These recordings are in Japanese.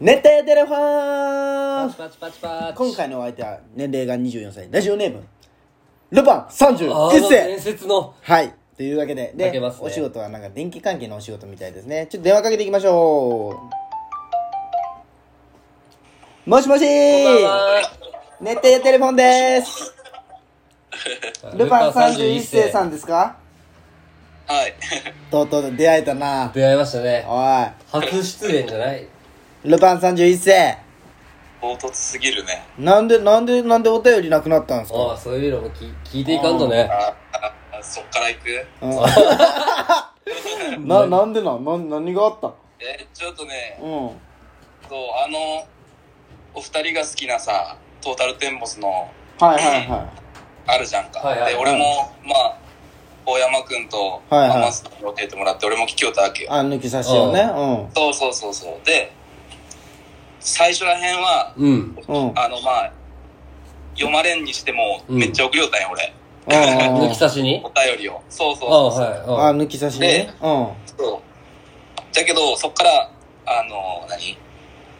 熱帯テレフパァンチパチパチパチ今回のお相手は年齢が24歳ラジオネームルパンあ31ー伝世説のはいというわけでかで、けますねお仕事はなんか電気関係のお仕事みたいですねちょっと電話かけていきましょうもしもしこんばんは熱帯テレフォンですルパン31世さんんですかはい。とうとう出会えたな出会いましたねお初出演じゃないいルパン31世唐突すぎるね。なんでなんでなんでお便りなくなったんですあかあそういうのも聞聞いていかんとねあ、あそっから行くななんでなんなん何があったえ、ちょっとね、うんそう、あの、お二人が好きなさ、トータルテンボスの、はいはいはあるじゃんか。はいはいで、俺も、まあ、大山くんと、はいはいママスに教えてもらって、俺も聞きよったわけい。よ。あ、抜き差しをね。うそうそうそうそう。で、最初らへんは、うんうんあの、まあ、読まれんにしても、うんめっちゃ送りよったんよ、俺。ん。抜き差しにお便りを。そうあそうあそうそう。あ、はい抜き差しね。うん。そう。だけど、そっから、あの、何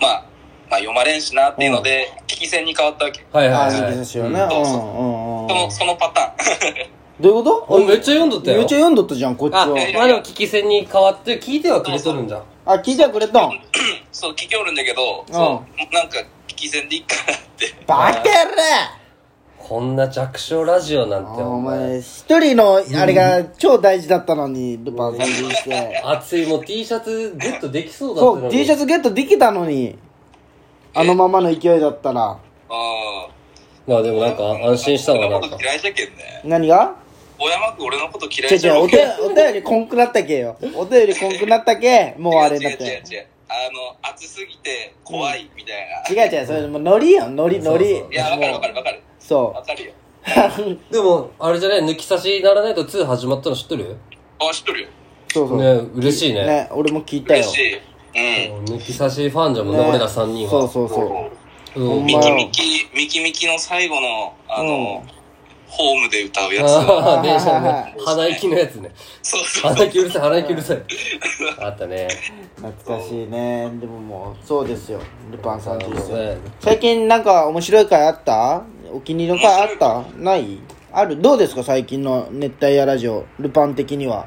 まあ、まあ読まれんしなっていうので、聞き戦に変わったわけ。はいあ、はい抜はきい差はいしをね。うんそうそううんうん。その、そのパターン。 どういうこと俺めっちゃ読んどったよめっちゃ読んどったじゃん、こっちあは。まあでも聞き戦に変わって聞いてはくれとるんじゃんあ、聞いてはくれたん。そう、聞きおるんだけど、そう、なんか、聞き戦でいいかなって。バカやこんな弱小ラジオなれんておお前前、一人の、あれが超大事だったのに、ルパンさんにして。熱いもう T シャツゲットできそうだったそのう、に T シャツゲットできたのに。あのままの勢いだったら。うまあでもなんか安心したわ俺なのんこかと嫌いじゃけんね。何が小山くん俺のこと嫌違ういじ違ゃう、ん。お手、お便りこんくなったけよ。お便りこんくなったけ、もうあれだっ違う違てう。違う。あの、暑すぎて怖いみたいな。違う違う、それもうノリやん、ノリ、ノリそうそう。いや、わかるわかるわかる。そわかるよ。でもあれじゃない抜き差しにならないと2始まったの知っとるあ、知っとるよ。う。そうそう。ね嬉しいねね、俺も聞いたよ嬉。しい。うん。抜き差しファンじゃもんねね俺ら3人はそうそうそう。うんほんミまキミキ、ミキミキの最後の、あの、ホームで歌うやつ。あ あ電車のはいはいね鼻息のやつねそうそう鼻息うるさい鼻息うるさいあったね懐かしいね。でももう、そうですよ。ルパンさんと一緒にね最近なんか面白い回あったお気に入りの回あったないあるどうですか最近の熱帯夜ラジオ、ルパン的には。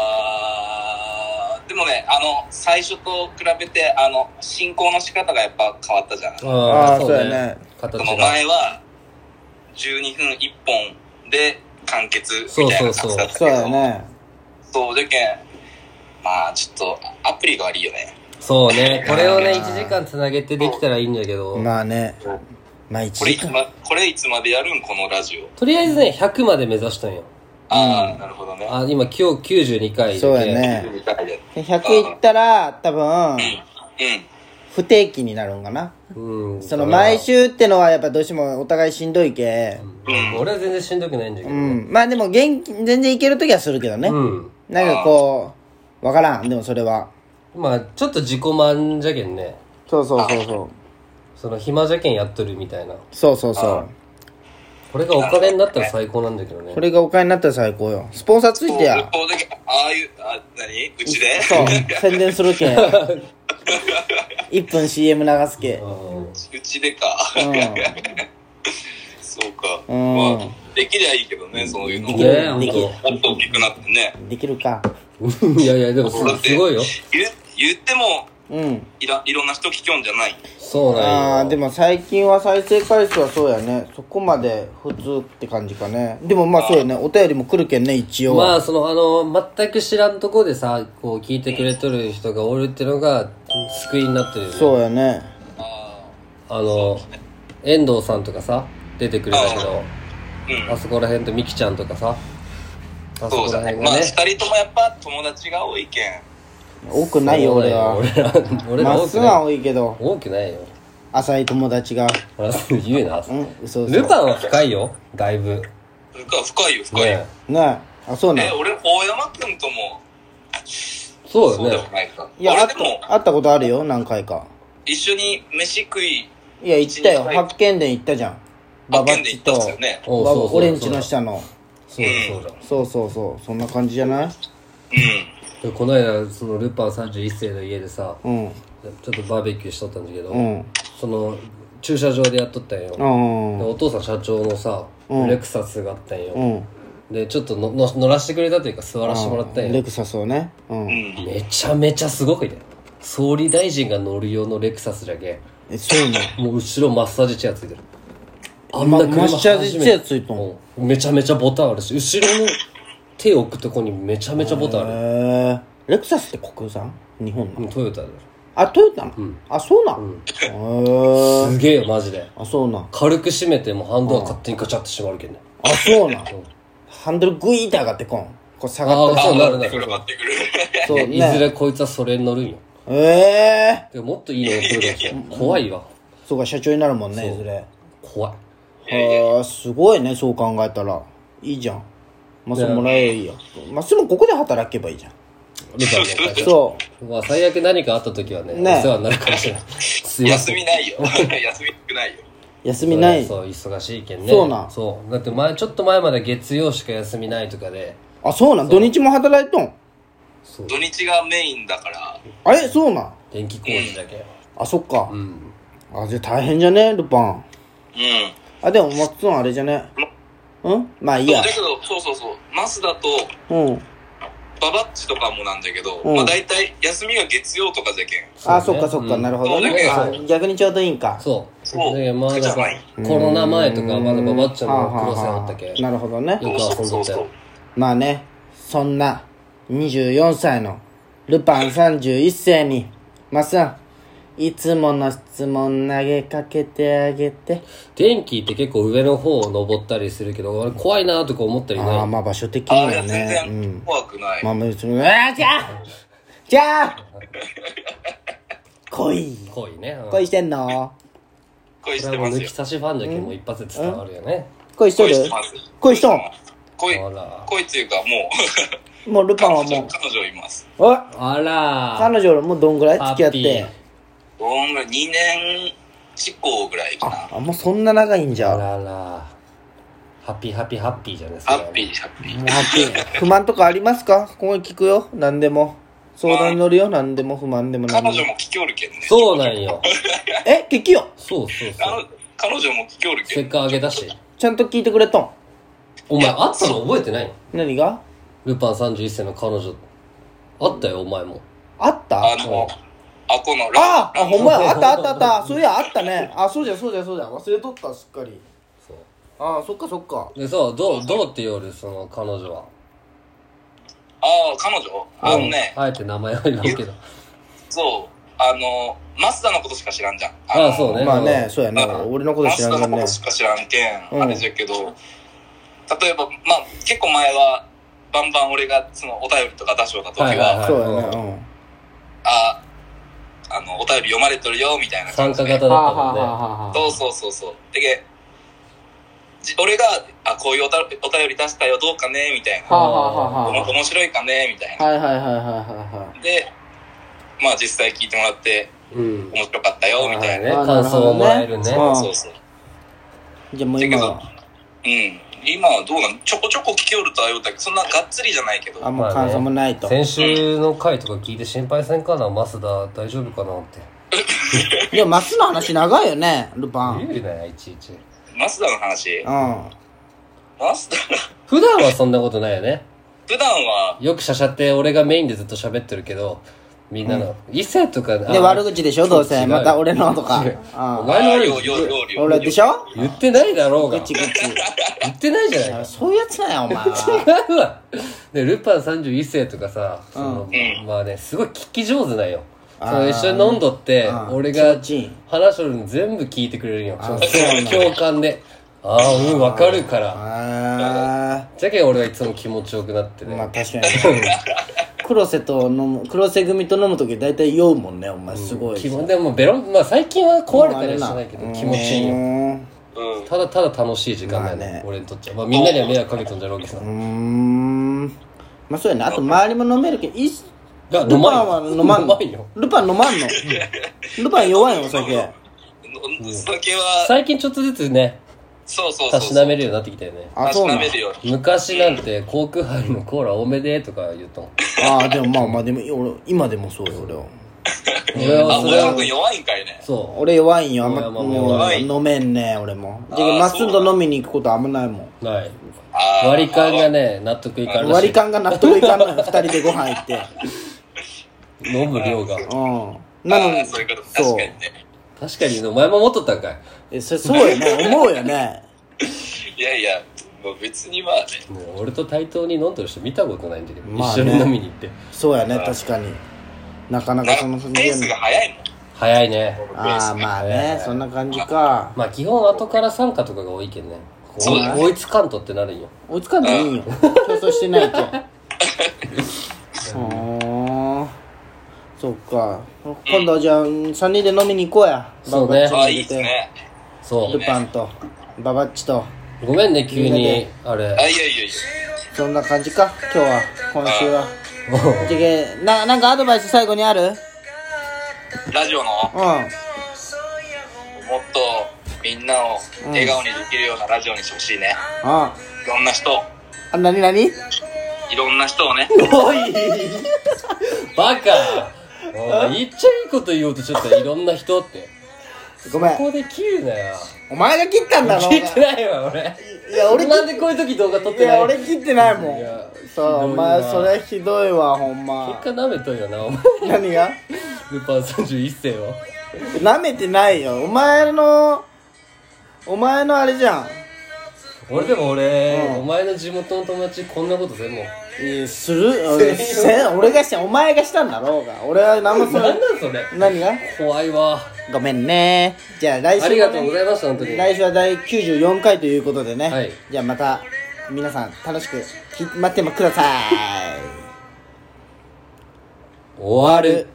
あーでもね、あの、最初と比べて、あの、進行の仕方がやっぱ変わったじゃん。そああーあそうそうやねねの形が前は、12分1本で完結そうみたいそうなそ感うじだったそけど。うだよ。ね。そう、じゃけん、まあ、ちょっと、アプリが悪いよね。そうねこれをね1時間つなげてできたらいいんだけどまあね。まあ一これ時いつ間。ま、これいつまでやるんこのラジオ。とりあえずね100まで目指したんよああ、なるほどね。あ今今日92回でそうやねみたいで100いったら、多分、うん。不定期になるんかな。うんその毎週ってのはやっぱどうしてもお互いしんどいけ。うん俺は全然しんどくないんだけうどん。まあでも元気、全然いけるときはするけどね。うんなんかこう、わからん。でもそれは。まあちょっと自己満じゃけんねそうそうそうそう。その暇じゃけんやっとるみたいなそうそうそう。これがお金になったら最高なんだけどねこれがお金になったら最高よ。スポンサーついてや。そうでああいう、あ、何 うちでそう。宣伝するけん。1分 CM 流すけ。うんうちでか。うそうか。うんまあ、できりゃいいけどね、そういうの。きるねできる本もっと大きくなってね。ん。できるか。 当。いやいやでもすだってすごいよ言言ってもうん。いろ、いろんな人聞きょんじゃない。そうあなあんでよも最近は再生回数はそうやね。そこまで普通って感じかね。でもまあそうやね。お便りも来るけんね、一応は。まあそのあの全く知らんとこでさこう聞いてくれとる人がおるってのが救いになってるよねそうやね。ああの遠藤さんとかさ出てくれたけどうあん。そこら辺とみきちゃんとかさあそそうこじゃらない。辺まがあ、ね二人ともやっぱ友達が多いけん。多くないよ、俺は。俺ら俺らまっ多すくぐなはい多いけど、多くないよ浅い友達が。ほら 言うなうん、嘘嘘。ルパンは深いよだいぶ深い、深いよ、深いよね。ねえ。あ、そうえ、ね。俺、大山くんとも、そうそうよでねもないか。いや、俺あでも、会ったことあるよ、何回か。一緒に飯食い、いや、行ったよ。はい八犬伝行ったじゃん。ババッバケッンでチ行ったとっすよ、ね。おうバそうそう俺んちの下の。そうだそうだそうそうそう。そんな感じじゃないうん。でこの間そのルパン31世の家でさうん。ちょっとバーベキューしとったんだけど、うんその駐車場でやっとったんよ、うでんお父さん社長のさ、うんレクサスがあったんよ、うんでちょっとのの乗らしてくれたというか座らしてもらったんレよクサスをねうん、うん。めちゃめちゃすごいね総理大臣が乗る用のレクサスじゃけえそうねもう後ろマッサージチェアついてるまマッサージチェアついとんうめちゃめちゃボタンあるし後ろの手を置くとこにめちゃめちゃボタンあるへえレクサスって国産日本うのんトヨタだよあトヨタなの、うんあそうなの、うんへえすげえよマジであそうなん軽く閉めてもハンドル勝手にガチャって閉まるけんねあそうなんんハンドルグイーって上がってこんこう下がったりあそうなるな頑張ってくる。そういずねれこいつはそれに乗るんよええでももっといいのが来るかもしれない怖いわそうか社長になるもんねいずれ怖いへえすごいねそう考えたらいいじゃんマスもらえばいいやマスもここで働けばいいじゃんルカねそまあ最悪何かあった時はねねお世話になるかもしれないすいま休せんみないよ。休み少ないよ。う休みないそう忙しいけんねそうなんそうだって前ちょっと前まで月曜しか休みないとかであそうなん土日も働いとんそう土日がメインだから、あれそうなん電気工事だけあそっかうんあじゃあ大変じゃねルパンうん。あでもマッツンあれじゃねうんまあいいそうやだけど、そうそうそう。マスだと、うんババッチとかもなんだけど、うんまあ大体休みが月曜とかじゃけん。あそっかそっかうんなるほどねそあう逆にちょうどいいんかそうそうでまあだからうんコロナ前とかはまだババッチョの黒さんあったはけははなるほどねよく遊んどったよまあねそんな24歳のルパン31世にマッスンいつもの質問投げかけてあげて電気って結構上の方を登ったりするけど俺怖いなとか思ったりああないまあ場所的にああ、いはや、全ねう然ん怖くない。まあ別に「うわじゃあじゃあ恋恋ねうん恋してんの恋しこてれはもまうす抜よき。差しファンだけどもう一発で伝わるよね恋して恋るしてます。恋しとん恋、あら恋っていうかももうルう、パン彼は女も、彼女います。うおあら彼女らもうどんぐらい付き合っハッピてーどんぐらい、2年志向ぐらいかな。あもうそんな長いんじゃあもうららハッピーハッピーハッピーじゃないですかハッピー、ハッピー。ハッピー不満とかありますかここに聞くよ何でも相談に乗るよ何でも不満でも何彼でも女も聞きおるけんね。そうなんよえ聞きよそうそうそ彼う彼女も聞きおるけせっん。かあげたしちゃんと聞いてくれとんお前あったの覚えてないの何がルパン31世の彼女あったよお前もあったあの、あこのあラ、あほんまやあったあったあったそういやあったねあそうじゃそうじゃそうじゃ忘れとったすっかりそうああそっかそっかでそうどうどうって夜その彼女はああ、彼女あのね、あえて名前は言わんけどそう、あの、マスダのことしか知らんじゃん。ああのそうねまあねそうやねあ俺のこと知らんマかスダのねことしか知らんけ、うんんあれじゃけど、例えば、まあ、結構前は、バンバン俺が、その、お便りとか出しような時は、はいはいはいそうやねああ、あの、お便り読まれとるよ、みたいな参感じ加で。型だうんったもんねはそうそうそうそう。でけ、じ俺が、あ、こういうおたお便り出したよ、どうかね、みたいな。はあはあはあはあおも面白いかね、みたいな。はいはいはいはいはいはいで、まあ実際聞いてもらって、うん面白かったよ、みたいな。ねあー感想をもらえるねなるほどねそうそう。じゃあもう今はうん。今はどうなんちょこちょこ聞きおるとは言うたけど、そんながっつりじゃないけど。あもう感想もないと先週の回とか聞いて心配せんかなマスダ大丈夫かなっていやマスの話長いよねルパン言うねいちいちマスダの話うんマスダ普段はそんなことないよね普段は、よくしゃしゃって俺がメインでずっと喋ってるけどみんなの異性とかでで悪口でしょどう違せうまた俺のとか 違うおう前のあ俺料理料理料理ん俺でしょ言ってないだろうがグチグチ言ってないじゃないかそういうやつなんやお前 は違うわ でルパン31世とかさ、そのんまあねすごい聞き上手なんよあーその一緒に飲んどってうん俺が気持ちいい話しとるの全部聞いてくれるんよそのそうなんだ共感でああうん分かるからあじゃけん俺はいつも気持ちよくなってーまあね確かに黒瀬と飲む黒瀬組と飲む時大体酔うもんねお前すごい気分でもベロンまあ最近は壊れたりはしてないけどうん気持ちいいよううん。ただただ楽しい時間だよね,、まあね俺にとっちゃまあみんなには迷惑かけたんじゃろうけどーんまあそうやねあと周りも飲めるけどいっがルパンは飲まんのいよルパン飲 まんのルパン弱いのお酒の酒は、最近ちょっとずつねそうそうそたうしそなう。めるようになってきたよねあたそしうななんめるよ。昔なんて航空杯のコーラ多めでとか言うとんああでもまあまあでも俺今でもそうよ俺は俺あ、はそ大れ山は君弱いんかいね。そ俺弱いんよあんま俺ももう弱い飲めんね俺もあーじゃあまっすんと飲みに行くことあんまないもんうないあー割り勘がね納得いかんらしい割り勘が納得いかんのよ二人でご飯行 って飲む量がうんあなーのにそういうこと、確かにね。確かにお前も持っとったんかいえそそうよね思うよねいやいや、もう別にまあね。もう俺と対等に飲んでる人見たことないんだけど、まあ一ね緒に飲みに行ってそうやね確かになかなかそのなんかペースが早いもん。早いねああまあねそんな感じかまあ基本後から参加とかが多いけんねこそうだね追いつかんとってなるんよ追いつかんでいいよ競争して ないとはあそっか今度じゃあ三人で飲みに行こうやそうねバあバあ、ッチいいに入れっすてね。そルパンとババッチとうごめんね急みんなにであれあ、いやいやいや。そんな感じか今日は今週はじゃけななんかアドバイス最後にあるうんラジオのもっとみんなを笑顔にできるようなラジオにしてほしいね。あいろんな人、あなになにいろんな人をね。おいバカおい言っちゃいいこと言おうとちょっといろんな人ってごめこんこで切るなよお前が切ったんだろ切ってないわ俺いや俺切っなんでこういう時動画撮っいてないや俺切ってないもいんやそうおひどいな前それひどいわほんま結果舐めとんよなお前何がルパン31世 を舐めてないよお前のお前のあれじゃん俺でも俺、うんお前の地元の友達こんなこと全部えーするうんせん俺がしたお前がしたんだろうが俺は何もそなんれなんそれ何が怖いわごめんねじゃあ来週あはりねがとうございました本当に来週は第94回ということでね、はいじゃあまた皆さん楽しくき待ってください終わる